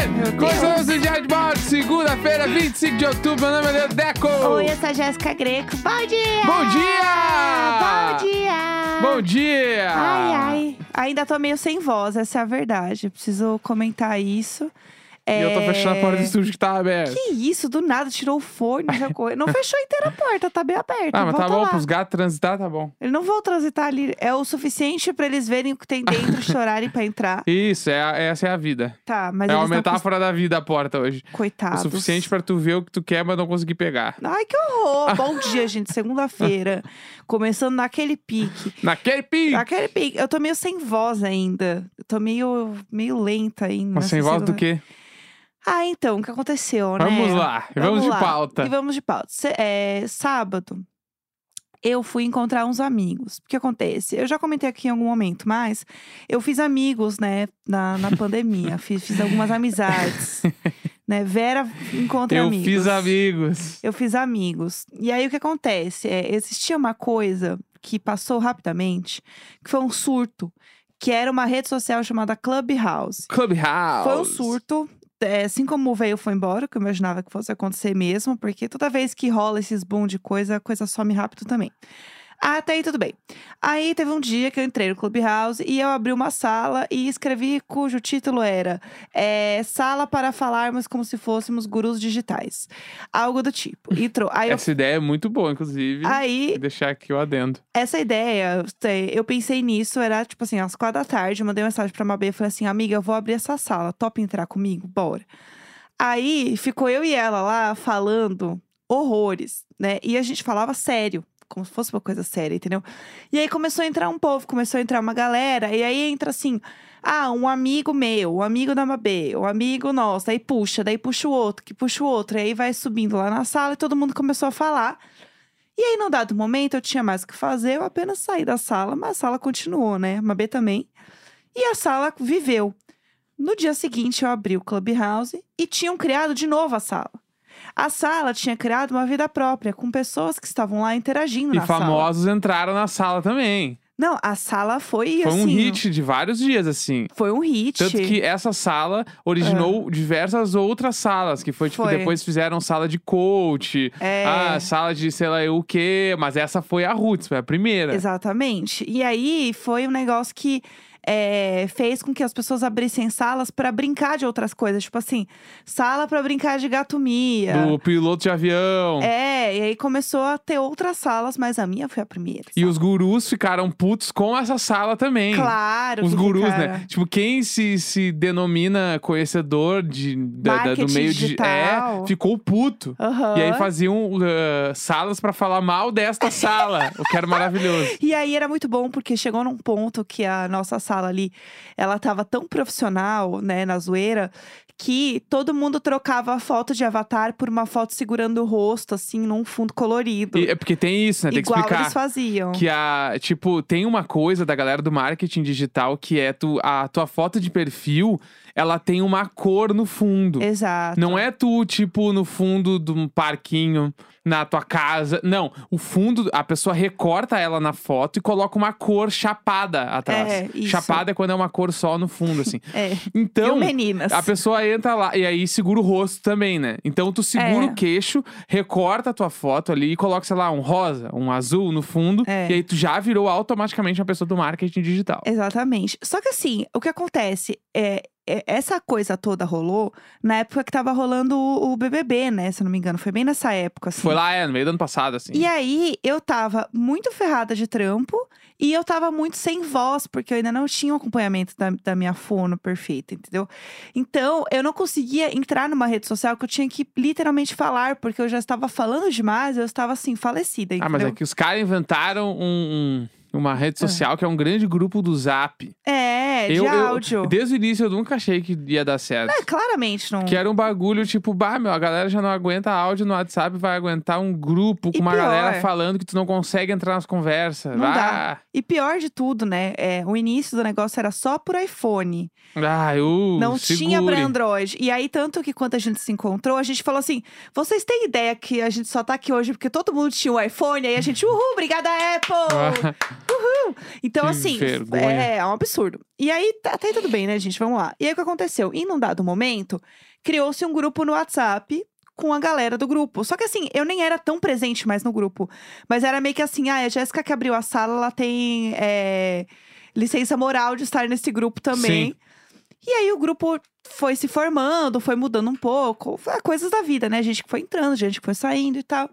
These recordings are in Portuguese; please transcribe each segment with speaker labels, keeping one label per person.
Speaker 1: é Quinta-feira, 25 de outubro, meu nome é Deco.
Speaker 2: Oi, eu sou a Jéssica Greco. Bom dia!
Speaker 1: Bom dia!
Speaker 2: Bom dia!
Speaker 1: Bom dia!
Speaker 2: Ai, ai. Ainda tô meio sem voz, essa é a verdade. Preciso comentar isso. É,
Speaker 1: E eu tô fechando a porta do estúdio que tá aberta.
Speaker 2: Que isso, do nada, tirou o forno, já co- Não fechou inteira a porta, tá bem aberta.
Speaker 1: Ah, mas tá
Speaker 2: volta
Speaker 1: bom,
Speaker 2: lá.
Speaker 1: pros gatos transitar, tá bom.
Speaker 2: Eles não vão transitar ali. É o suficiente pra eles verem o que tem dentro, chorarem pra entrar.
Speaker 1: Isso, é, a- essa é a vida.
Speaker 2: Tá, mas
Speaker 1: é uma
Speaker 2: eles não cons-
Speaker 1: metáfora da vida a porta hoje.
Speaker 2: Coitados.
Speaker 1: O suficiente pra tu ver o que tu quer, mas não conseguir pegar.
Speaker 2: Ai, que horror! Bom dia, gente. Segunda-feira. Começando naquele pique.
Speaker 1: Naquele pin!
Speaker 2: Naquele pique. Eu tô meio sem voz ainda. Eu tô meio, meio lenta ainda.
Speaker 1: Mas
Speaker 2: nessa
Speaker 1: sem voz do quê?
Speaker 2: segunda- Ah, então, o que aconteceu, né?
Speaker 1: Vamos lá, vamos, de
Speaker 2: lá.
Speaker 1: pauta.
Speaker 2: E vamos de pauta. Cê- é, sábado, eu fui encontrar uns amigos. O que acontece? Eu já comentei aqui em algum momento, mas eu fiz amigos, né, na, na pandemia. fiz, fiz algumas amizades. né? Vera encontra
Speaker 1: Eu
Speaker 2: amigos.
Speaker 1: fiz amigos.
Speaker 2: Eu fiz amigos. E aí o que acontece? É, existia uma coisa que passou rapidamente, que foi um surto, que era uma rede social chamada Clubhouse.
Speaker 1: Clubhouse.
Speaker 2: Foi um surto. é, assim como veio, foi embora, que eu imaginava que fosse acontecer mesmo, porque toda vez que rola esses boom de coisa, a coisa some rápido também. Até aí, tudo bem. Aí teve um dia que eu entrei no Clubhouse e eu abri uma sala e escrevi cujo título era é, Sala para falarmos como se fôssemos gurus digitais. Algo do tipo. E tro- aí, eu-
Speaker 1: Essa ideia é muito boa, inclusive.
Speaker 2: aí
Speaker 1: Vou Deixar aqui o adendo.
Speaker 2: essa ideia, é, eu pensei nisso, era tipo assim, às quatro da tarde, eu mandei uma mensagem pra Mabê e falei assim, amiga, eu vou abrir essa sala, topa entrar comigo? Bora. Aí ficou eu e ela lá falando horrores, né? E a gente falava sério, como se fosse uma coisa séria, entendeu? E aí começou a entrar um povo, começou a entrar uma galera, e aí entra assim, ah, um amigo meu, um amigo da Mabê, um amigo nosso, aí puxa, daí puxa o outro, que puxa o outro, e aí vai subindo lá na sala e todo mundo começou a falar. E aí, num dado momento, eu tinha mais o que fazer, eu apenas saí da sala, mas a sala continuou, né? Uma B também. E a sala viveu. No dia seguinte, eu abri o Clubhouse e tinham criado de novo a sala. A sala tinha criado uma vida própria, com pessoas que estavam lá interagindo
Speaker 1: E
Speaker 2: na sala.
Speaker 1: famosos entraram na sala também.
Speaker 2: Não, a sala foi,
Speaker 1: Foi
Speaker 2: assim...
Speaker 1: um hit de vários dias, assim.
Speaker 2: Foi um hit.
Speaker 1: Tanto que essa sala originou diversas outras salas, que foi tipo,
Speaker 2: Ah. Foi.
Speaker 1: depois fizeram sala de coach,
Speaker 2: É,
Speaker 1: ah, sala de sei lá o quê, mas essa foi a Roots, foi a primeira.
Speaker 2: Exatamente. E aí foi um negócio que é, fez com que as pessoas abrissem salas pra brincar de outras coisas. Tipo assim, sala pra brincar de gatomia.
Speaker 1: Do piloto de avião.
Speaker 2: É, e aí começou a ter outras salas, mas a minha foi a primeira.
Speaker 1: E os gurus ficaram putos com essa sala também.
Speaker 2: Claro.
Speaker 1: Os
Speaker 2: que
Speaker 1: gurus,
Speaker 2: ficaram.
Speaker 1: né? Tipo, quem se, se denomina conhecedor de, da- da- do
Speaker 2: Marketing
Speaker 1: meio
Speaker 2: digital.
Speaker 1: de. É, ficou puto.
Speaker 2: Aham.
Speaker 1: E aí faziam ah, salas pra falar mal desta sala, o que era maravilhoso.
Speaker 2: E aí era muito bom, porque chegou num ponto que a nossa sala ali, ela tava tão profissional, né, na zoeira, que todo mundo trocava a foto de avatar por uma foto segurando o rosto, assim, num fundo colorido.
Speaker 1: E é porque tem isso, né? Tem
Speaker 2: igual
Speaker 1: que explicar.
Speaker 2: eles faziam.
Speaker 1: Que a, tipo, tem uma coisa da galera do marketing digital que é tu, a tua foto de perfil, ela tem uma cor no fundo.
Speaker 2: Exato.
Speaker 1: Não é tu, tipo, no fundo de um parquinho, na tua casa. Não, o fundo, a pessoa recorta ela na foto e coloca uma cor chapada atrás.
Speaker 2: É, isso.
Speaker 1: Chapada é quando é uma cor só no fundo, assim.
Speaker 2: É.
Speaker 1: Então,
Speaker 2: Viu, meninas?
Speaker 1: a pessoa entra lá e aí segura o rosto também, né? Então tu segura
Speaker 2: É.
Speaker 1: o queixo, recorta a tua foto ali e coloca, sei lá, um rosa, um azul no fundo.
Speaker 2: É.
Speaker 1: E aí tu já virou automaticamente uma pessoa do marketing digital.
Speaker 2: Exatamente. Só que assim, o que acontece é. é- Essa coisa toda rolou na época que tava rolando o o BBB, né? Se eu não me engano, foi bem nessa época, assim.
Speaker 1: Foi lá, é, no meio do ano passado, assim.
Speaker 2: E aí, eu tava muito ferrada de trampo e eu tava muito sem voz, porque eu ainda não tinha o acompanhamento da, da minha fono perfeita, entendeu? Então, eu não conseguia entrar numa rede social que eu tinha que literalmente falar, porque eu já estava falando demais, eu estava assim, falecida,
Speaker 1: ah, mas
Speaker 2: entendeu? Ah.
Speaker 1: é que os caras inventaram um- um- uma rede social que é um grande grupo do Zap.
Speaker 2: É, de
Speaker 1: eu, eu-
Speaker 2: áudio.
Speaker 1: desde o início eu nunca achei que ia dar certo.
Speaker 2: É, claramente não.
Speaker 1: Que era um bagulho tipo, bah, meu, a galera já não aguenta áudio no WhatsApp, vai aguentar um grupo com
Speaker 2: E
Speaker 1: uma
Speaker 2: pior.
Speaker 1: galera falando que tu não consegue entrar nas conversas.
Speaker 2: Não
Speaker 1: ah,
Speaker 2: dá. E pior de tudo, né? é, o início do negócio era só por iPhone.
Speaker 1: Ah, eu.
Speaker 2: não
Speaker 1: segure.
Speaker 2: tinha pra Android. E aí, tanto que quando a gente se encontrou, a gente falou assim: vocês têm ideia que a gente só tá aqui hoje porque todo mundo tinha um iPhone? Aí a gente, uhul, obrigada,
Speaker 1: Ah,
Speaker 2: Apple! Então,
Speaker 1: Que
Speaker 2: assim,
Speaker 1: vergonha.
Speaker 2: é, é um absurdo. E aí, tá- até aí tudo bem, né, gente? Vamos lá. E aí, o que aconteceu? Em um dado momento, criou-se um grupo no WhatsApp com a galera do grupo. Só que assim, eu nem era tão presente mais no grupo. Mas era meio que assim, ah, a Jéssica que abriu a sala, ela tem é, licença moral de estar nesse grupo também.
Speaker 1: Sim.
Speaker 2: E aí o grupo foi se formando, foi mudando um pouco. Ah, Coisas da vida, né? Gente que foi entrando, gente que foi saindo e tal.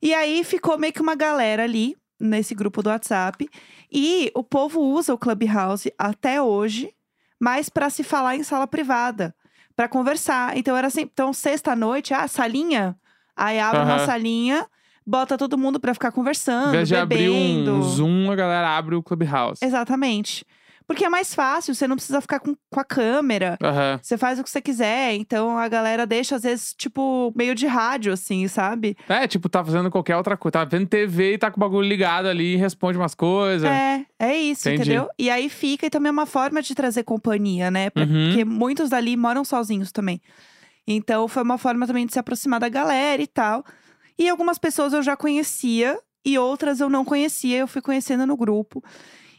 Speaker 2: E aí ficou meio que uma galera ali nesse grupo do WhatsApp. E o povo usa o Clubhouse até hoje, mas pra se falar em sala privada, Pra conversar. Então era sempre, então sexta à noite, ah, salinha, aí abre uma
Speaker 1: Aham.
Speaker 2: salinha, bota todo mundo pra ficar
Speaker 1: Em
Speaker 2: conversando,
Speaker 1: vez de abrir
Speaker 2: bebendo.
Speaker 1: um Zoom, a galera abre o Clubhouse.
Speaker 2: Exatamente. Porque é mais fácil, você não precisa ficar com, com a câmera.
Speaker 1: Aham.
Speaker 2: Você faz o que você quiser, então a galera deixa, às vezes, tipo, meio de rádio, assim, sabe?
Speaker 1: É, tipo, tá fazendo qualquer outra coisa. Tá vendo TV e tá com o bagulho ligado ali e responde umas coisas.
Speaker 2: É, é isso,
Speaker 1: Entendi.
Speaker 2: entendeu? E aí fica, e também é uma forma de trazer companhia, né? Pra-
Speaker 1: Uhum.
Speaker 2: Porque muitos dali moram sozinhos também. Então foi uma forma também de se aproximar da galera e tal. E algumas pessoas eu já conhecia e outras eu não conhecia, eu fui conhecendo no grupo.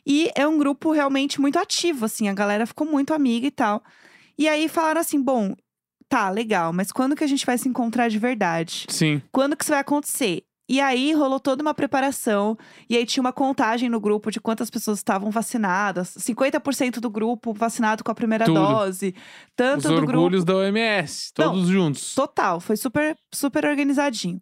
Speaker 2: E é um grupo realmente muito ativo, assim, a galera ficou muito amiga e tal. E aí falaram assim: bom, tá, legal, mas quando que a gente vai se encontrar de verdade?
Speaker 1: Sim.
Speaker 2: quando que isso vai acontecer? E aí rolou toda uma preparação, e aí tinha uma contagem no grupo de quantas pessoas estavam vacinadas. 50% do grupo vacinado com a primeira
Speaker 1: Tudo.
Speaker 2: dose. Tanto
Speaker 1: Os
Speaker 2: do grupo.
Speaker 1: orgulhos da OMS,
Speaker 2: Não,
Speaker 1: todos juntos.
Speaker 2: Total, foi super, super organizadinho.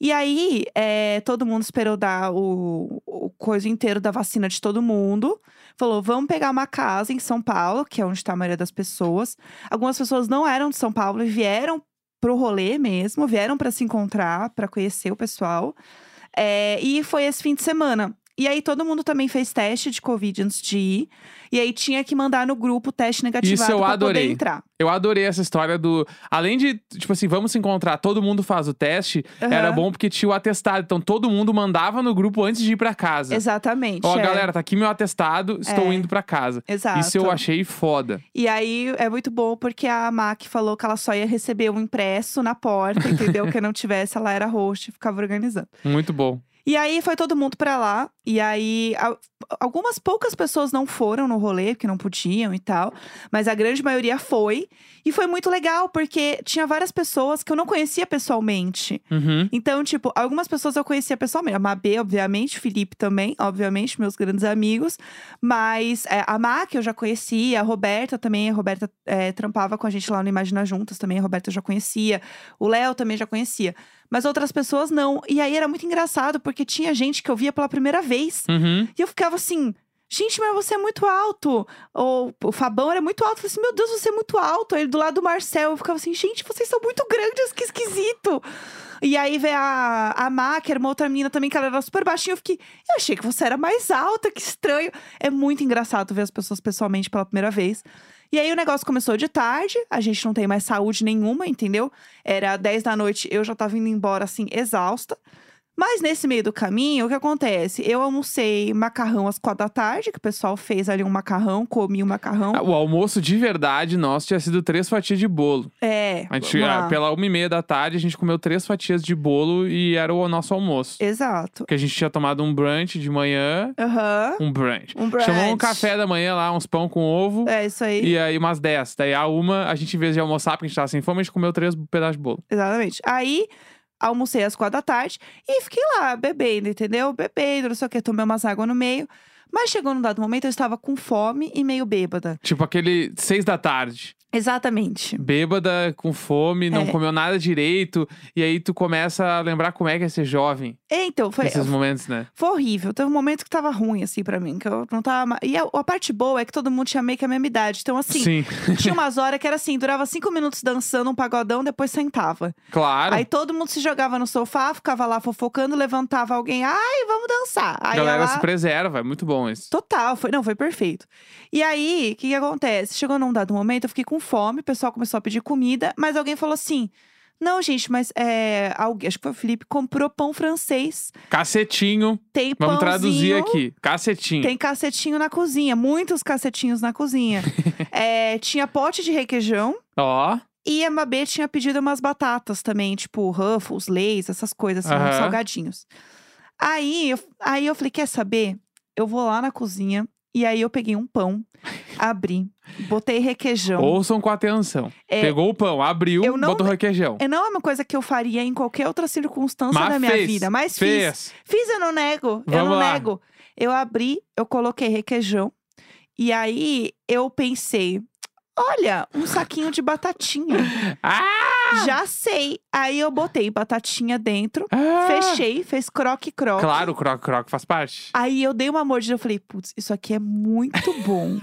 Speaker 2: E aí, é, todo mundo esperou dar o, o coisa inteiro da vacina de todo mundo. Falou, vamos pegar uma casa em São Paulo, que é onde tá a maioria das pessoas. Algumas pessoas não eram de São Paulo e vieram pro rolê mesmo, vieram pra se encontrar, pra conhecer o pessoal. É, e foi esse fim de semana. E aí, todo mundo também fez teste de Covid antes de ir. E aí, tinha que mandar no grupo o teste negativado
Speaker 1: eu
Speaker 2: pra
Speaker 1: adorei.
Speaker 2: poder entrar.
Speaker 1: Eu adorei essa história do. Além de, tipo assim, vamos se encontrar, todo mundo faz o teste.
Speaker 2: Aham.
Speaker 1: Era bom porque tinha o atestado. Então todo mundo mandava no grupo antes de ir pra casa.
Speaker 2: Exatamente.
Speaker 1: Ó,
Speaker 2: é.
Speaker 1: galera, tá aqui meu atestado, estou
Speaker 2: É.
Speaker 1: indo pra casa.
Speaker 2: Exato.
Speaker 1: Isso eu achei foda.
Speaker 2: E aí é muito bom porque a Mac falou que ela só ia receber um impresso na porta, entendeu? Quem não tivesse, ela era host e ficava organizando.
Speaker 1: Muito bom.
Speaker 2: E aí foi todo mundo pra lá. E aí al- algumas poucas pessoas não foram no rolê, porque não podiam e tal, mas a grande maioria foi. E foi muito legal porque tinha várias pessoas que eu não conhecia pessoalmente.
Speaker 1: Uhum.
Speaker 2: Então, tipo, algumas pessoas eu conhecia pessoalmente. A Mabê, obviamente, o Felipe também, obviamente, meus grandes amigos. Mas é, a Má, que eu já conhecia, a Roberta também. A Roberta é, trampava com a gente lá no Imagina Juntas também. A Roberta eu já conhecia. O Léo também já conhecia. Mas outras pessoas não. E aí era muito engraçado, porque tinha gente que eu via pela primeira vez.
Speaker 1: Uhum.
Speaker 2: E eu ficava assim. Gente, mas você é muito alto. Ou o Fabão era muito alto. Eu falei assim, meu Deus, você é muito alto. Aí do lado do Marcel, eu ficava assim, gente, vocês são muito grandes, que esquisito. E aí vem a, a Má, que era uma outra menina também, que ela era super baixinha. Eu fiquei, eu achei que você era mais alta, que estranho. É muito engraçado ver as pessoas pessoalmente pela primeira vez. E aí o negócio começou de tarde, a gente não tem mais saúde nenhuma, entendeu? Era 10 da noite, eu já tava indo embora, assim, exausta. Mas nesse meio do caminho, o que acontece? Eu almocei macarrão às quatro da tarde, que o pessoal fez ali um macarrão, comi um macarrão.
Speaker 1: Ah, O almoço de verdade nosso tinha sido três fatias de bolo.
Speaker 2: É.
Speaker 1: A gente,
Speaker 2: vamos
Speaker 1: ah,
Speaker 2: lá.
Speaker 1: pela uma e meia da tarde, a gente comeu três fatias de bolo e era o nosso almoço.
Speaker 2: Exato.
Speaker 1: Porque a gente tinha tomado um brunch de manhã.
Speaker 2: Aham.
Speaker 1: Um brunch.
Speaker 2: Um brunch.
Speaker 1: Chamou um café da manhã lá, uns pão com ovo.
Speaker 2: É isso aí.
Speaker 1: E aí umas 10. Daí a uma, a gente, em vez de almoçar, porque a gente tava sem fome, a gente comeu três pedaços de bolo.
Speaker 2: Exatamente. Aí, almocei às quatro da tarde e fiquei lá bebendo, entendeu? Bebendo, não sei o que, tomei umas águas no meio. Mas chegou num dado momento, eu estava com fome e meio bêbada.
Speaker 1: Tipo aquele seis da tarde.
Speaker 2: Exatamente.
Speaker 1: Bêbada, com fome, não
Speaker 2: É.
Speaker 1: comeu nada direito. E aí tu começa a lembrar como é que é ser jovem
Speaker 2: Então, foi,
Speaker 1: nesses momentos, né?
Speaker 2: foi horrível. Teve um momento que tava ruim, assim, pra mim, que eu não tava. ma- E a, a parte boa é que todo mundo tinha meio que a mesma idade. Então, assim, tinha umas horas que era assim, durava cinco minutos dançando um pagodão, depois sentava.
Speaker 1: claro.
Speaker 2: Aí todo mundo se jogava no sofá, ficava lá fofocando, levantava alguém, ai, vamos dançar.
Speaker 1: a
Speaker 2: Aí
Speaker 1: galera
Speaker 2: ela...
Speaker 1: se preserva, é muito bom isso.
Speaker 2: Total, foi, não, foi perfeito. E aí, o que, que acontece? Chegou num dado momento, eu fiquei com fome, o pessoal começou a pedir comida, mas alguém falou assim: não, gente, mas é, alguém, acho que foi o Felipe, comprou pão francês,
Speaker 1: Cacetinho.
Speaker 2: tem pão.
Speaker 1: Vamos traduzir aqui. Cacetinho.
Speaker 2: Tem cacetinho na cozinha, muitos cacetinhos na cozinha. É, tinha pote de requeijão
Speaker 1: Ó.
Speaker 2: e a Mabê tinha pedido umas batatas também, tipo Ruffles, Lays, essas coisas, assim, uns
Speaker 1: Aham.
Speaker 2: salgadinhos. Aí eu, aí eu falei, quer saber? Eu vou lá na cozinha, E aí eu peguei um pão, abri, botei requeijão.
Speaker 1: Ouçam com atenção.
Speaker 2: É,
Speaker 1: Pegou o pão, abriu,
Speaker 2: eu não-
Speaker 1: botou requeijão.
Speaker 2: é, não é uma coisa que eu faria em qualquer outra circunstância
Speaker 1: Mas
Speaker 2: da minha
Speaker 1: fez,
Speaker 2: vida, mas fiz.
Speaker 1: fez.
Speaker 2: Fiz, eu não nego. eu
Speaker 1: Vamos
Speaker 2: não
Speaker 1: lá.
Speaker 2: nego. Eu abri, eu coloquei requeijão. E aí eu pensei, olha, um saquinho de batatinha.
Speaker 1: Ah!
Speaker 2: Já sei. Aí eu botei batatinha dentro,
Speaker 1: Ah!
Speaker 2: fechei, fez croque-croque.
Speaker 1: Claro, o croc croc faz parte.
Speaker 2: Aí eu dei uma mordida, eu falei, putz, isso aqui é muito bom.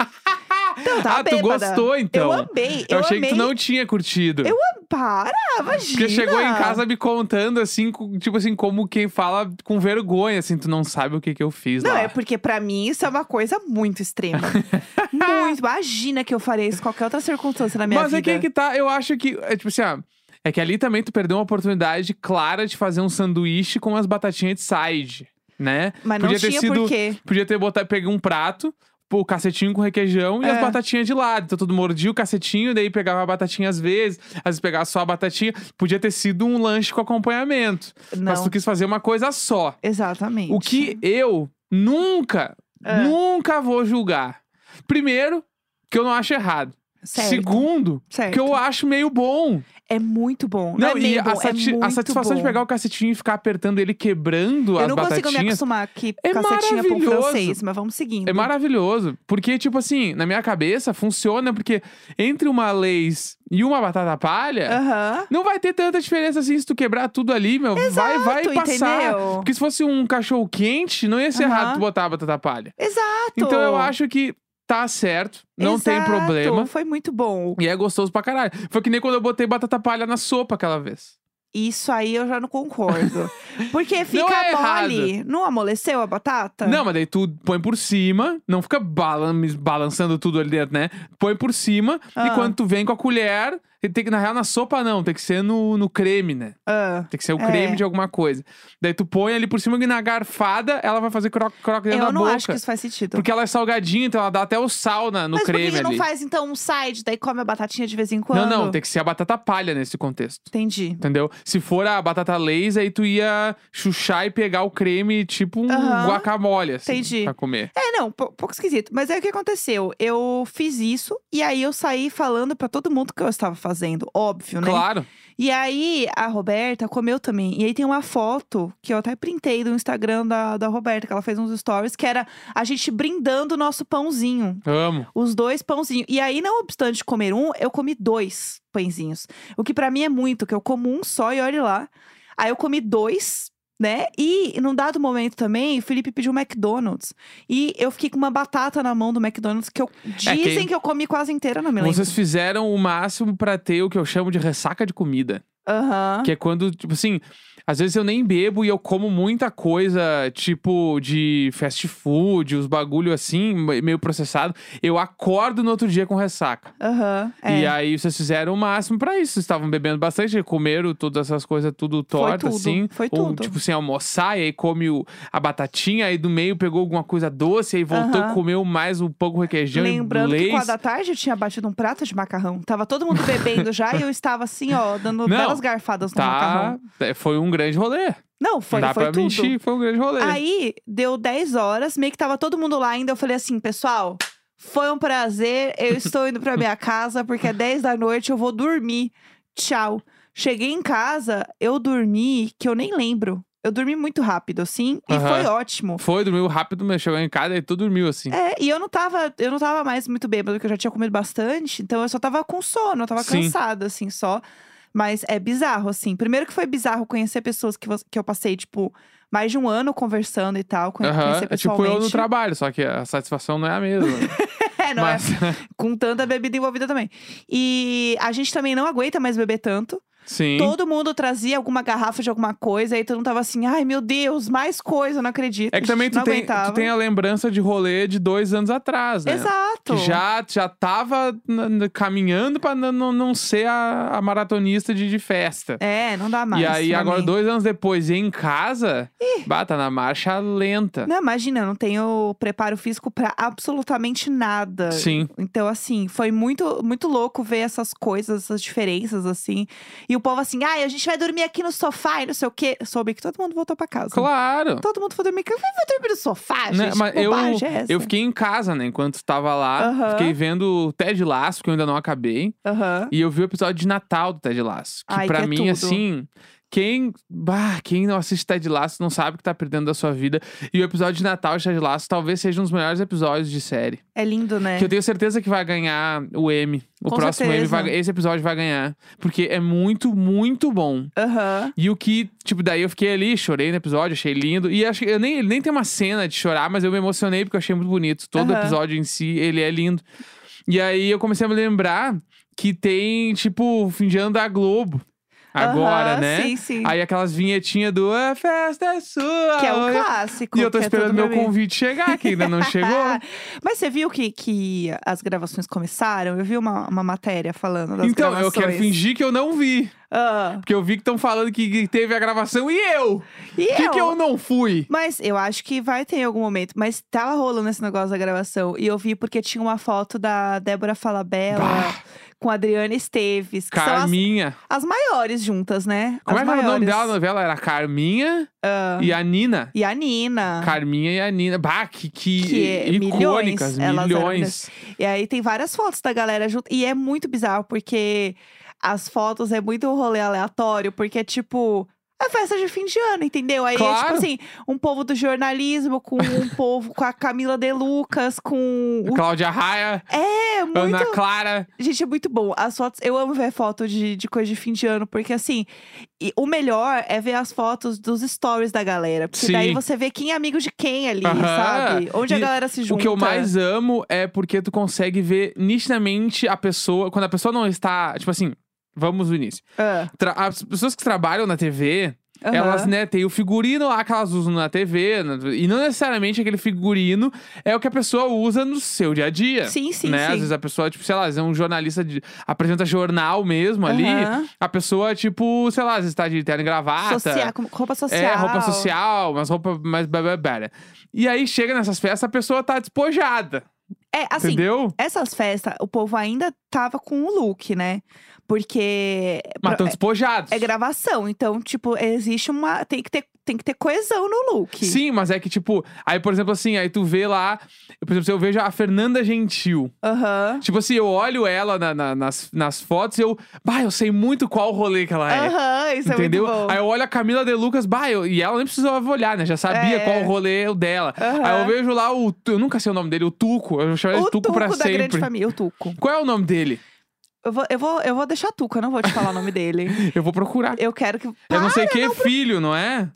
Speaker 2: então, eu tava
Speaker 1: ah, tu
Speaker 2: bêbada.
Speaker 1: gostou então?
Speaker 2: Eu amei, eu,
Speaker 1: Eu achei
Speaker 2: amei.
Speaker 1: que tu não tinha curtido.
Speaker 2: Eu Para, imagina.
Speaker 1: Porque chegou em casa me contando assim, com- tipo assim, como quem fala com vergonha, assim, tu não sabe o que que eu fiz
Speaker 2: Não,
Speaker 1: lá.
Speaker 2: é porque pra mim isso é uma coisa muito extrema. muito. Imagina que eu faria isso em qualquer outra circunstância na minha
Speaker 1: Mas é
Speaker 2: vida.
Speaker 1: que é que tá, eu acho que, é tipo assim, ah, é que ali também tu perdeu uma oportunidade clara de fazer um sanduíche com as batatinhas de side, né?
Speaker 2: Mas não
Speaker 1: Podia ter
Speaker 2: tinha
Speaker 1: sido-
Speaker 2: porquê.
Speaker 1: Podia ter botado, pegar um prato, pô, o cacetinho com requeijão e
Speaker 2: É.
Speaker 1: as batatinhas de lado. Então, todo mordia o cacetinho, daí pegava a batatinha às vezes, às vezes pegava só a batatinha. Podia ter sido um lanche com acompanhamento.
Speaker 2: Não,
Speaker 1: Mas tu quis fazer uma coisa só.
Speaker 2: exatamente.
Speaker 1: O que eu nunca,
Speaker 2: É.
Speaker 1: nunca vou julgar. Primeiro, que eu não acho errado.
Speaker 2: Certo,
Speaker 1: Segundo,
Speaker 2: certo.
Speaker 1: que eu acho meio bom.
Speaker 2: É muito bom. é
Speaker 1: Não, e
Speaker 2: meio
Speaker 1: a,
Speaker 2: bom,
Speaker 1: sati-
Speaker 2: é
Speaker 1: a
Speaker 2: muito
Speaker 1: satisfação
Speaker 2: bom.
Speaker 1: de pegar o cacetinho e ficar apertando ele, quebrando
Speaker 2: Eu
Speaker 1: as
Speaker 2: não
Speaker 1: batatinhas.
Speaker 2: consigo me acostumar que
Speaker 1: É
Speaker 2: cacetinha pão
Speaker 1: maravilhoso.
Speaker 2: francês, mas vamos seguindo.
Speaker 1: É maravilhoso. Porque, tipo assim, na minha cabeça funciona, porque entre uma leis e uma batata palha,
Speaker 2: Aham.
Speaker 1: não vai ter tanta diferença assim se tu quebrar tudo ali, meu. vai,
Speaker 2: Exato,
Speaker 1: vai passar.
Speaker 2: entendeu?
Speaker 1: Porque se fosse um cachorro quente, não ia ser
Speaker 2: Aham.
Speaker 1: errado tu botar a batata palha.
Speaker 2: Exato.
Speaker 1: Então eu acho que tá certo, não tem
Speaker 2: Exato,
Speaker 1: problema.
Speaker 2: Foi muito bom.
Speaker 1: E é gostoso pra caralho. Foi que nem quando eu botei batata palha na sopa aquela vez.
Speaker 2: Isso aí eu já não concordo. Porque fica
Speaker 1: é
Speaker 2: mole. Não amoleceu a batata?
Speaker 1: Não, mas daí tu põe por cima, não fica balan balançando tudo ali dentro, né? Põe por cima
Speaker 2: Ah.
Speaker 1: e quando tu vem com a colher, ele tem que, na real, na sopa não, tem que ser no, no creme, né?
Speaker 2: Ah,
Speaker 1: Tem que ser o
Speaker 2: É.
Speaker 1: creme de alguma coisa. Daí tu põe ali por cima e na garfada ela vai fazer croc-croc dentro
Speaker 2: eu
Speaker 1: da
Speaker 2: não
Speaker 1: boca.
Speaker 2: acho que isso faz sentido.
Speaker 1: Porque ela é salgadinha, então ela dá até o sal na- no
Speaker 2: Mas por que
Speaker 1: creme
Speaker 2: que não
Speaker 1: ali.
Speaker 2: faz então um side, daí come a batatinha de vez em
Speaker 1: não,
Speaker 2: quando?
Speaker 1: não, tem que ser a batata palha nesse contexto.
Speaker 2: Entendi.
Speaker 1: Entendeu? Se for a batata lays, aí tu ia chuchar e pegar o creme, tipo um
Speaker 2: Aham.
Speaker 1: guacamole, assim,
Speaker 2: Entendi.
Speaker 1: pra comer.
Speaker 2: É, não, pou- pouco esquisito. Mas aí o que aconteceu? Eu fiz isso e aí eu saí falando pra todo mundo o que eu estava fazendo, óbvio, né?
Speaker 1: Claro.
Speaker 2: E aí, a Roberta comeu também. E aí tem uma foto que eu até printei do Instagram da, da Roberta, que ela fez uns stories, que era a gente brindando o nosso pãozinho.
Speaker 1: Amo.
Speaker 2: Os dois pãozinhos. E aí, não obstante comer um, eu comi dois pãezinhos. O que pra mim é muito, que eu como um só e olhe lá. Aí eu comi dois, né? E num dado momento também, o Felipe pediu um McDonald's. E eu fiquei com uma batata na mão do McDonald's que eu dizem que...
Speaker 1: É, que-
Speaker 2: eu comi quase inteira, não me lembro.
Speaker 1: Vocês fizeram o máximo pra ter o que eu chamo de ressaca de comida.
Speaker 2: Aham.
Speaker 1: Que é quando, tipo assim, às vezes eu nem bebo e eu como muita coisa, tipo, de fast food, os bagulho assim, me- meio processado. Eu acordo no outro dia com ressaca.
Speaker 2: Aham.
Speaker 1: E
Speaker 2: é.
Speaker 1: aí vocês fizeram o máximo pra isso. Vocês estavam bebendo bastante, comeram todas essas coisas tudo torta,
Speaker 2: tudo,
Speaker 1: assim.
Speaker 2: foi
Speaker 1: ou,
Speaker 2: tudo.
Speaker 1: tipo, sem almoçar, e aí come o- a batatinha, aí do meio pegou alguma coisa doce, aí voltou,
Speaker 2: Aham.
Speaker 1: comeu mais um pão com requeijão
Speaker 2: Lembrando
Speaker 1: e
Speaker 2: que quando
Speaker 1: leite.
Speaker 2: da tarde eu tinha batido um prato de macarrão. Tava todo mundo bebendo já e eu estava assim, ó, dando
Speaker 1: Não,
Speaker 2: belas garfadas no
Speaker 1: Tá,
Speaker 2: macarrão.
Speaker 1: é, foi um grande rolê.
Speaker 2: Não, foi,
Speaker 1: Dá
Speaker 2: foi
Speaker 1: pra
Speaker 2: tudo.
Speaker 1: mentir, foi um grande rolê.
Speaker 2: Aí deu 10 horas, meio que tava todo mundo lá ainda. Eu falei assim, pessoal, foi um prazer. Eu estou indo pra minha casa porque é 10 da noite, eu vou dormir. Tchau. Cheguei em casa, eu dormi que eu nem lembro. Eu dormi muito rápido, assim, e
Speaker 1: Aham.
Speaker 2: foi ótimo.
Speaker 1: Foi, dormiu rápido, mas chegou em casa e tu dormiu, assim.
Speaker 2: É, e eu não tava, eu não tava mais muito bêbada, porque eu já tinha comido bastante, então eu só tava com sono, eu tava
Speaker 1: Sim.
Speaker 2: cansada, assim, só. Mas é bizarro, assim. Primeiro que foi bizarro conhecer pessoas que, vo- que eu passei, tipo, mais de um ano conversando e tal, conhe-
Speaker 1: Aham,
Speaker 2: conhecer
Speaker 1: É tipo eu
Speaker 2: pessoalmente.
Speaker 1: no trabalho, só que a satisfação não é a mesma.
Speaker 2: É, não é?
Speaker 1: mas,
Speaker 2: Com tanta bebida envolvida também. E a gente também não aguenta mais beber tanto.
Speaker 1: sim.
Speaker 2: Todo mundo trazia alguma garrafa de alguma coisa, aí todo mundo tava assim, ai meu Deus, mais coisa, eu não acredito.
Speaker 1: É que
Speaker 2: A
Speaker 1: também
Speaker 2: gente
Speaker 1: tu
Speaker 2: não
Speaker 1: tem,
Speaker 2: aguentava.
Speaker 1: tu tem a lembrança de rolê de dois anos atrás, né?
Speaker 2: Exato.
Speaker 1: Que já, já tava na- na- caminhando pra n- não não ser a, a maratonista de, de festa.
Speaker 2: É, não dá mais.
Speaker 1: e aí,
Speaker 2: pra
Speaker 1: agora,
Speaker 2: mim.
Speaker 1: dois anos depois, em casa, bata na marcha lenta.
Speaker 2: Não, imagina, eu não tenho preparo físico pra absolutamente nada.
Speaker 1: Sim.
Speaker 2: Então, assim, foi muito, muito louco ver essas coisas, essas diferenças, assim. E E o povo assim, ai, a gente vai dormir aqui no sofá e não sei o quê. Eu soube que todo mundo voltou pra casa.
Speaker 1: Claro.
Speaker 2: Todo mundo foi dormir. Vai vai dormir no sofá, gente.
Speaker 1: Né, mas
Speaker 2: que
Speaker 1: eu,
Speaker 2: bobagem é essa?
Speaker 1: eu fiquei em casa, né? Enquanto tava lá,
Speaker 2: Aham.
Speaker 1: fiquei vendo o Ted Lasso, que eu ainda não acabei.
Speaker 2: Aham.
Speaker 1: E eu vi o episódio de Natal do Ted Lasso. Que
Speaker 2: Ai,
Speaker 1: pra
Speaker 2: que é
Speaker 1: mim,
Speaker 2: tudo.
Speaker 1: assim. Quem, bah, quem não assiste Ted Lasso não sabe o que tá perdendo da sua vida. E o episódio de Natal de Ted Lasso talvez seja um dos melhores episódios de série.
Speaker 2: É lindo, né?
Speaker 1: Que eu tenho certeza que vai ganhar o M. O
Speaker 2: Com
Speaker 1: próximo M, vai-
Speaker 2: certeza.
Speaker 1: esse episódio vai ganhar. Porque é muito, muito bom.
Speaker 2: Aham.
Speaker 1: E o que, tipo, daí eu fiquei ali, chorei no episódio, achei lindo. E acho que eu nem, ele nem tem uma cena de chorar, mas eu me emocionei porque eu achei muito bonito. Todo
Speaker 2: Aham.
Speaker 1: episódio em si, ele é lindo. E aí eu comecei a me lembrar que tem, tipo, o fim de ano da Globo. Agora,
Speaker 2: Aham,
Speaker 1: né?
Speaker 2: Sim, sim.
Speaker 1: Aí aquelas vinhetinhas do A festa é sua.
Speaker 2: Que é
Speaker 1: hoje".
Speaker 2: um clássico.
Speaker 1: E eu tô
Speaker 2: que é
Speaker 1: esperando
Speaker 2: tudo
Speaker 1: meu
Speaker 2: pra mim.
Speaker 1: convite chegar, que ainda não chegou.
Speaker 2: Mas você viu que, que as gravações começaram? Eu vi uma, uma matéria falando das
Speaker 1: então, eu
Speaker 2: gravações.
Speaker 1: quero fingir que eu não vi.
Speaker 2: Ah,
Speaker 1: Porque eu vi que estão falando que teve a gravação e eu!
Speaker 2: e
Speaker 1: Que
Speaker 2: eu?
Speaker 1: que eu não fui?
Speaker 2: Mas eu acho que vai ter em algum momento. Mas tava rolando esse negócio da gravação. E eu vi porque tinha uma foto da Débora Falabella
Speaker 1: Bah.
Speaker 2: com a Adriana Esteves. Que são
Speaker 1: Carminha.
Speaker 2: as, as maiores juntas, né?
Speaker 1: Como
Speaker 2: as
Speaker 1: é que era o nome
Speaker 2: maiores. Ah.
Speaker 1: dela na novela? Era Carminha e a Nina.
Speaker 2: E a Nina.
Speaker 1: Carminha e a Nina. Bah, que, que,
Speaker 2: Que é
Speaker 1: icônicas,
Speaker 2: milhões, elas eram
Speaker 1: milhões.
Speaker 2: E aí tem várias fotos da galera junto. E é muito bizarro, porque as fotos é muito um rolê aleatório, porque é tipo. É festa de fim de ano, entendeu? Aí é tipo
Speaker 1: Claro.
Speaker 2: assim, um povo do jornalismo, com um povo, com a Camila de Lucas, com. o-
Speaker 1: Cláudia Raia,
Speaker 2: É muito.
Speaker 1: Ana Clara.
Speaker 2: Gente, é muito bom. As fotos. Eu amo ver foto de, de coisa de fim de ano, porque assim. e o melhor é ver as fotos dos stories da galera. Porque
Speaker 1: Sim.
Speaker 2: daí você vê quem é amigo de quem ali,
Speaker 1: Aham.
Speaker 2: sabe? Onde a
Speaker 1: E
Speaker 2: galera se junta.
Speaker 1: O que eu mais amo é porque tu consegue ver nitidamente a pessoa. Quando a pessoa não está. Tipo assim, vamos do início.
Speaker 2: Ah,
Speaker 1: Tra- as pessoas que trabalham na TV,
Speaker 2: aham.
Speaker 1: Elas, né, tem o figurino lá que elas usam na TV, na- e não necessariamente aquele figurino é o que a pessoa usa no seu dia a dia.
Speaker 2: Sim, sim,
Speaker 1: né?
Speaker 2: sim.
Speaker 1: Às vezes a pessoa, tipo, sei lá, às vezes é um jornalista de, apresenta jornal mesmo ali.
Speaker 2: Aham.
Speaker 1: A pessoa, tipo, sei lá, às vezes tá de terno e gravata.
Speaker 2: Social, com- roupa social.
Speaker 1: É, roupa social, umas roupas mais blá, blá, blá. E aí chega nessas festas, a pessoa tá despojada.
Speaker 2: É, assim,
Speaker 1: entendeu?
Speaker 2: essas festas, o povo ainda tava com o look, né? Porque
Speaker 1: Mas tão
Speaker 2: pra-
Speaker 1: despojados.
Speaker 2: é gravação, então, tipo, existe uma. Tem que ter, tem que ter coesão no look.
Speaker 1: Sim, mas é que, tipo, aí, por exemplo, assim, aí tu vê lá, por exemplo, eu vejo a Fernanda Gentil.
Speaker 2: Aham.
Speaker 1: Tipo assim, eu olho ela na- na- nas, nas fotos e eu. Bah, eu sei muito qual rolê que ela é.
Speaker 2: Aham, isso
Speaker 1: Entendeu?
Speaker 2: é muito bom.
Speaker 1: Aí eu olho a Camila De Lucas, bah, eu- e ela nem precisava olhar, né? Já sabia
Speaker 2: É.
Speaker 1: qual rolê é o dela.
Speaker 2: Aham.
Speaker 1: Aí eu vejo lá o. Tu- Eu nunca sei o nome dele, o Tuco. Eu chamo ele de
Speaker 2: o
Speaker 1: Tuco
Speaker 2: Tuco
Speaker 1: pra
Speaker 2: da grande
Speaker 1: sempre.
Speaker 2: família. O Tuco.
Speaker 1: Qual é o nome dele?
Speaker 2: Eu vou, eu, vou, eu vou deixar Tuco, eu não vou te falar o nome dele.
Speaker 1: Eu vou procurar.
Speaker 2: Eu quero que.
Speaker 1: eu não sei quem, filho, não é?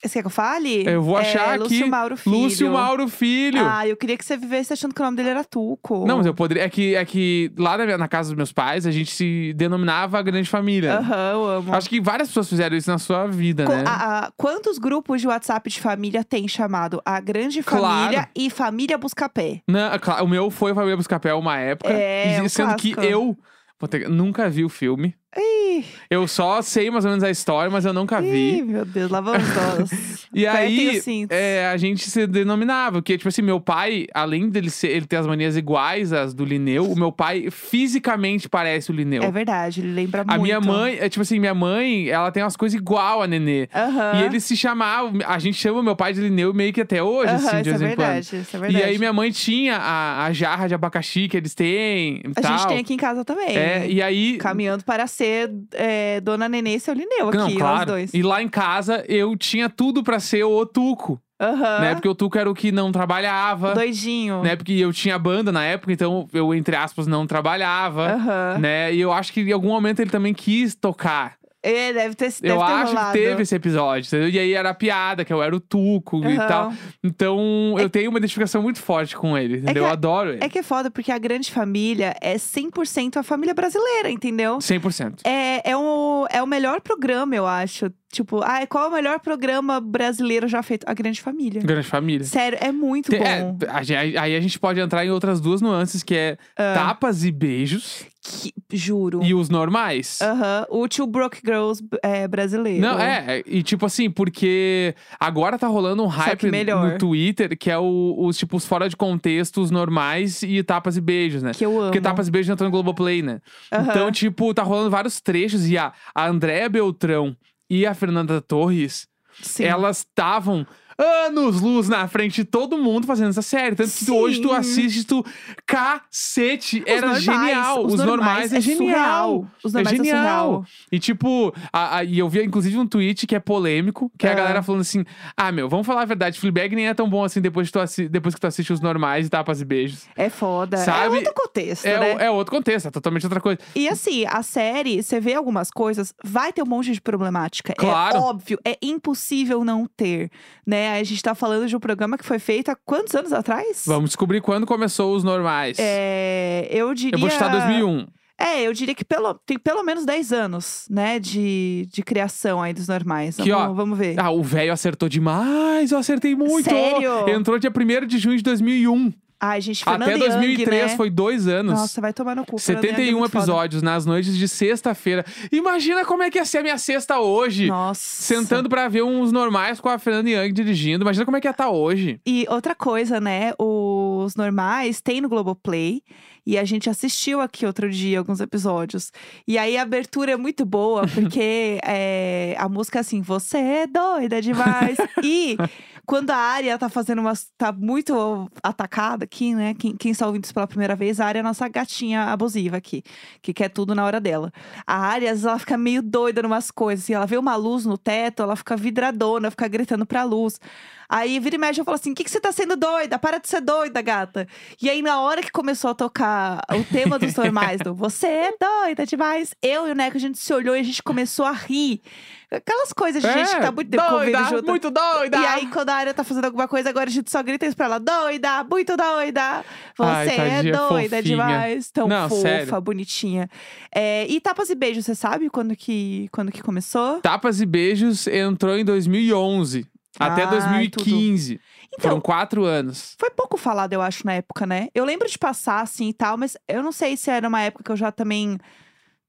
Speaker 2: Você quer que eu fale?
Speaker 1: Eu vou
Speaker 2: É,
Speaker 1: achar
Speaker 2: Lúcio
Speaker 1: aqui.
Speaker 2: Mauro Filho.
Speaker 1: Lúcio Mauro Filho.
Speaker 2: Ah, eu queria que você vivesse achando que o nome dele era Tuco.
Speaker 1: Não, mas eu poderia. É que, é que lá na, minha- na casa dos meus pais, a gente se denominava a grande família.
Speaker 2: Aham, eu amo.
Speaker 1: Acho que várias pessoas fizeram isso na sua vida,
Speaker 2: Co-
Speaker 1: né?
Speaker 2: a- a- quantos grupos de WhatsApp de família tem chamado a grande
Speaker 1: Claro.
Speaker 2: família e família busca-pé?
Speaker 1: Não, é claro, o meu foi Família Buscapé uma época.
Speaker 2: É,
Speaker 1: e
Speaker 2: um
Speaker 1: sendo que
Speaker 2: clássico.
Speaker 1: eu vou ter- nunca vi o filme.
Speaker 2: Ih,
Speaker 1: Eu só sei mais ou menos a história, mas eu nunca vi.
Speaker 2: ih, meu Deus, lá vamos nós.
Speaker 1: E
Speaker 2: Apertem
Speaker 1: aí,
Speaker 2: os cintos.
Speaker 1: é, a gente se denominava, porque, tipo assim, meu pai, além dele ser, ele ter as manias iguais às do Lineu, o meu pai fisicamente parece o Lineu.
Speaker 2: É verdade, ele lembra
Speaker 1: a
Speaker 2: muito.
Speaker 1: minha mãe, é tipo assim, minha mãe, ela tem umas coisas igual a Nenê.
Speaker 2: Aham.
Speaker 1: E eles se chamavam, a gente chama meu pai de Lineu meio que até hoje,
Speaker 2: Aham,
Speaker 1: assim, de
Speaker 2: isso é
Speaker 1: vez em quando.
Speaker 2: verdade, isso é verdade.
Speaker 1: E aí minha mãe tinha a, a jarra de abacaxi que eles têm.
Speaker 2: A
Speaker 1: tal.
Speaker 2: gente tem aqui em casa também. né?
Speaker 1: É, e aí.
Speaker 2: Caminhando para ser é, Dona Nenê e seu Lineu aqui,
Speaker 1: não, claro.
Speaker 2: nós dois.
Speaker 1: E lá em casa eu tinha tudo pra ser o Tuco,
Speaker 2: Aham.
Speaker 1: né? Porque o Tuco era o que não trabalhava,
Speaker 2: Doidinho.
Speaker 1: né? Porque eu tinha banda na época, então eu entre aspas não trabalhava,
Speaker 2: Aham.
Speaker 1: né? E eu acho que em algum momento ele também quis tocar.
Speaker 2: É, deve ter, deve
Speaker 1: eu
Speaker 2: ter
Speaker 1: acho
Speaker 2: rolado.
Speaker 1: que teve esse episódio, entendeu? E aí era a piada que eu era o Tuco e
Speaker 2: Aham.
Speaker 1: tal. Então eu tenho uma identificação muito forte com ele, entendeu? eu
Speaker 2: a-
Speaker 1: adoro ele.
Speaker 2: É que é foda, porque a grande família é 100% a família brasileira, entendeu?
Speaker 1: 100%.
Speaker 2: É, é, o, é o melhor programa, eu acho, Tipo, ai, qual é o melhor programa brasileiro já feito? A Grande Família.
Speaker 1: Grande família.
Speaker 2: Sério, é muito
Speaker 1: Tem- é,
Speaker 2: bom.
Speaker 1: a gen- aí- aí a gente pode entrar em outras duas nuances, que é
Speaker 2: Ah.
Speaker 1: tapas e beijos
Speaker 2: Que- juro.
Speaker 1: e os normais.
Speaker 2: Aham, o Tio Brook Girls é, brasileiro.
Speaker 1: Não, é, e tipo assim, porque agora tá rolando um hype
Speaker 2: que melhor.
Speaker 1: no Twitter que é o- os tipos fora de contexto, os normais e tapas e beijos, né?
Speaker 2: Que eu amo.
Speaker 1: Porque tapas e beijos entrou no Globoplay, né?
Speaker 2: Aham.
Speaker 1: Então, tipo, tá rolando vários trechos e a, a Andréa Beltrão e a Fernanda Torres,
Speaker 2: Sim.
Speaker 1: elas estavam anos luz na frente de todo mundo fazendo essa série. Tanto que tu- hoje tu
Speaker 2: Sim.
Speaker 1: assiste, tu cacete,
Speaker 2: Os
Speaker 1: era
Speaker 2: normais,
Speaker 1: genial.
Speaker 2: Os, normais,
Speaker 1: é
Speaker 2: é
Speaker 1: genial.
Speaker 2: surreal. Os normais
Speaker 1: é genial.
Speaker 2: surreal.
Speaker 1: E tipo, a- a- e eu vi inclusive um tweet que é polêmico, que é a
Speaker 2: Ah.
Speaker 1: galera falando assim: ah, meu, vamos falar a verdade, Fleabag nem é tão bom assim depois, que tu assi- depois que tu assiste os normais e tapas e beijos.
Speaker 2: É foda.
Speaker 1: Sabe?
Speaker 2: É outro contexto,
Speaker 1: É,
Speaker 2: né?
Speaker 1: o- é outro contexto, é totalmente outra coisa.
Speaker 2: E assim, a série, você vê algumas coisas, vai ter um monte de problemática.
Speaker 1: Claro.
Speaker 2: É óbvio, é impossível não ter, né? A gente tá falando de um programa que foi feito há quantos anos atrás?
Speaker 1: Vamos descobrir quando começou os normais.
Speaker 2: É, eu diria...
Speaker 1: Eu vou chutar 2001.
Speaker 2: É, eu diria que pelo, tem pelo menos 10 anos, né, de, de criação aí dos normais.
Speaker 1: Que,
Speaker 2: vamos,
Speaker 1: ó,
Speaker 2: vamos ver.
Speaker 1: Ah, o velho acertou demais, eu acertei muito.
Speaker 2: Sério?
Speaker 1: Entrou dia 1 de junho de 2001.
Speaker 2: Ai, gente, Fernanda
Speaker 1: Até
Speaker 2: Young,
Speaker 1: 2003,
Speaker 2: né?
Speaker 1: foi dois anos.
Speaker 2: Nossa, vai tomar no cu. Fernanda Young é
Speaker 1: 71
Speaker 2: muito foda.
Speaker 1: episódios nas noites de sexta-feira. Imagina como é que ia ser a minha sexta hoje.
Speaker 2: Nossa.
Speaker 1: Sentando pra ver uns normais com a Fernanda Young dirigindo. Imagina como é que ia estar hoje.
Speaker 2: E outra coisa, né? Os normais tem no Globoplay. E a gente assistiu aqui outro dia alguns episódios. E aí a abertura é muito boa, porque é, a música é assim, você é doida demais. e quando a área tá fazendo umas. tá muito atacada aqui, né? Quem, quem está ouvindo isso pela primeira vez, a área é a nossa gatinha abusiva aqui, que quer tudo na hora dela. A área, ela fica meio doida numas coisas. Assim, ela vê uma luz no teto, ela fica vidradona, fica gritando pra luz. Aí vira e mexe, eu falo assim: o que, que você tá sendo doida? Para de ser doida, gata. E aí, na hora que começou a tocar o tema dos normais, do você é doida demais, eu e o Neco, a gente se olhou e a gente começou a rir. Aquelas coisas de gente que tá muito tempo
Speaker 1: É, doida,
Speaker 2: convivendo junto.
Speaker 1: muito doida.
Speaker 2: E aí, quando a área tá fazendo alguma coisa, agora a gente só grita isso pra ela: doida, muito doida. Você
Speaker 1: Ai,
Speaker 2: é
Speaker 1: tadinha,
Speaker 2: doida
Speaker 1: fofinha.
Speaker 2: demais. Tão
Speaker 1: Não,
Speaker 2: fofa,
Speaker 1: sério.
Speaker 2: bonitinha. É, e tapas e beijos, você sabe quando que, quando que começou?
Speaker 1: Tapas e Beijos entrou em 2011. até
Speaker 2: Ai,
Speaker 1: 2015. Foram
Speaker 2: Ah, Então,
Speaker 1: quatro anos.
Speaker 2: foi pouco falado, eu acho, na época, né? Eu lembro de passar assim e tal, mas eu não sei se era uma época que eu já também.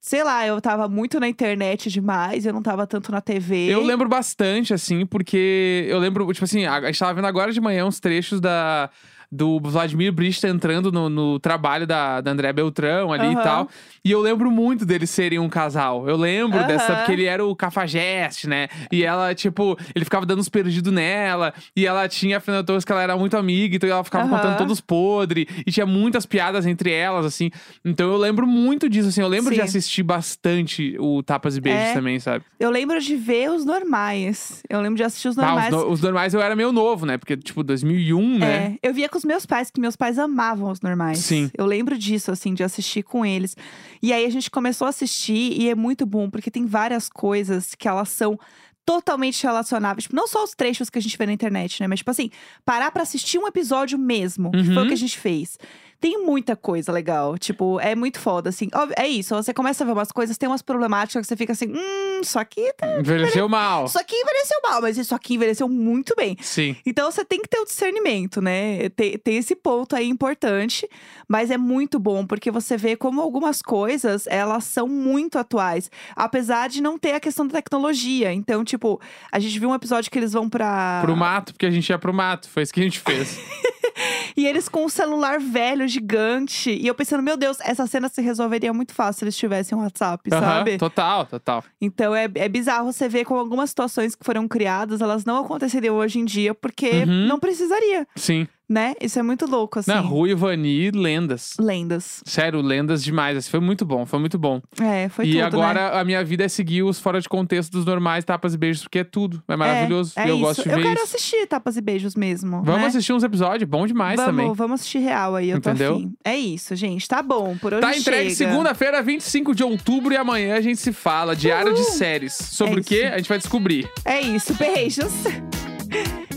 Speaker 2: Sei lá, eu tava muito na internet demais, eu não tava tanto na TV.
Speaker 1: Eu lembro bastante, assim, porque eu lembro, tipo assim, a a gente tava vendo agora de manhã uns trechos da. Do Vladimir Brista entrando no, no trabalho da, da André Beltrão ali e
Speaker 2: Aham.
Speaker 1: tal. E eu lembro muito deles serem um casal. Eu lembro
Speaker 2: Aham.
Speaker 1: dessa, porque ele era o cafajeste, né? E ela, tipo, ele ficava dando uns perdidos nela. E ela tinha a Fernanda Torres, que ela era muito amiga, então ela ficava
Speaker 2: Aham.
Speaker 1: contando todos os podres. E tinha muitas piadas entre elas, assim. Então eu lembro muito disso, assim. Eu lembro de
Speaker 2: Sim.
Speaker 1: assistir bastante o Tapas e Beijos
Speaker 2: É.
Speaker 1: também, sabe?
Speaker 2: Eu lembro de ver os normais. Eu lembro de assistir os
Speaker 1: Ah, os,
Speaker 2: normais.
Speaker 1: no- os normais eu era meio novo, né? Porque, tipo, 2001, né?
Speaker 2: É, eu via com os meus pais, que meus pais amavam os normais.
Speaker 1: Sim.
Speaker 2: Eu lembro disso, assim, de assistir com eles. E aí a gente começou a assistir e é muito bom, porque tem várias coisas que elas são totalmente relacionáveis. Tipo, não só os trechos que a gente vê na internet, né? Mas, tipo assim, parar pra assistir um episódio mesmo, que foi
Speaker 1: Uhum.
Speaker 2: o que a gente fez. Tem muita coisa legal. Tipo, é muito foda, assim. Óbvio, é isso, você começa a ver umas coisas, tem umas problemáticas que você fica assim, hum, isso aqui, tá-
Speaker 1: Envelheceu mal.
Speaker 2: isso aqui envelheceu mal, mas isso aqui envelheceu muito bem.
Speaker 1: Sim.
Speaker 2: Então você tem que ter o discernimento, né? Tem, tem esse ponto aí importante, mas é muito bom porque você vê como algumas coisas elas são muito atuais, apesar de não ter a questão da tecnologia. Então, tipo, a gente viu um episódio que eles vão pra
Speaker 1: Pro mato, porque a gente ia pro mato. Foi isso que a gente fez.
Speaker 2: e eles com um celular velho gigante. E eu pensando, meu Deus, essa cena se resolveria muito fácil se eles tivessem um WhatsApp,
Speaker 1: Aham,
Speaker 2: sabe?
Speaker 1: Total, total.
Speaker 2: Então é, é bizarro você ver como algumas situações que foram criadas, elas não aconteceriam hoje em dia porque
Speaker 1: Uhum.
Speaker 2: não precisaria,
Speaker 1: Sim.
Speaker 2: né? Isso é muito louco assim.
Speaker 1: Na Rui, Vani, lendas.
Speaker 2: Lendas.
Speaker 1: Sério, lendas demais. assim, Foi muito bom, foi muito bom.
Speaker 2: É, foi
Speaker 1: e
Speaker 2: tudo, né?
Speaker 1: agora a minha vida é seguir os fora de contexto dos normais, tapas e beijos, porque é tudo. É maravilhoso.
Speaker 2: É, é
Speaker 1: e eu
Speaker 2: isso.
Speaker 1: gosto de
Speaker 2: eu
Speaker 1: ver
Speaker 2: quero
Speaker 1: isso.
Speaker 2: assistir Tapas e Beijos mesmo.
Speaker 1: Vamos
Speaker 2: né?
Speaker 1: assistir uns episódios, bom demais
Speaker 2: vamos,
Speaker 1: também.
Speaker 2: Vamos assistir real aí, eu
Speaker 1: Entendeu?
Speaker 2: tô afim. É isso, gente. Tá bom, por hoje
Speaker 1: Tá entregue
Speaker 2: chega.
Speaker 1: segunda-feira, 25 de outubro, e amanhã a gente se fala. Diário de séries. Sobre
Speaker 2: É
Speaker 1: o quê?
Speaker 2: isso.
Speaker 1: A gente vai descobrir.
Speaker 2: É isso, beijos.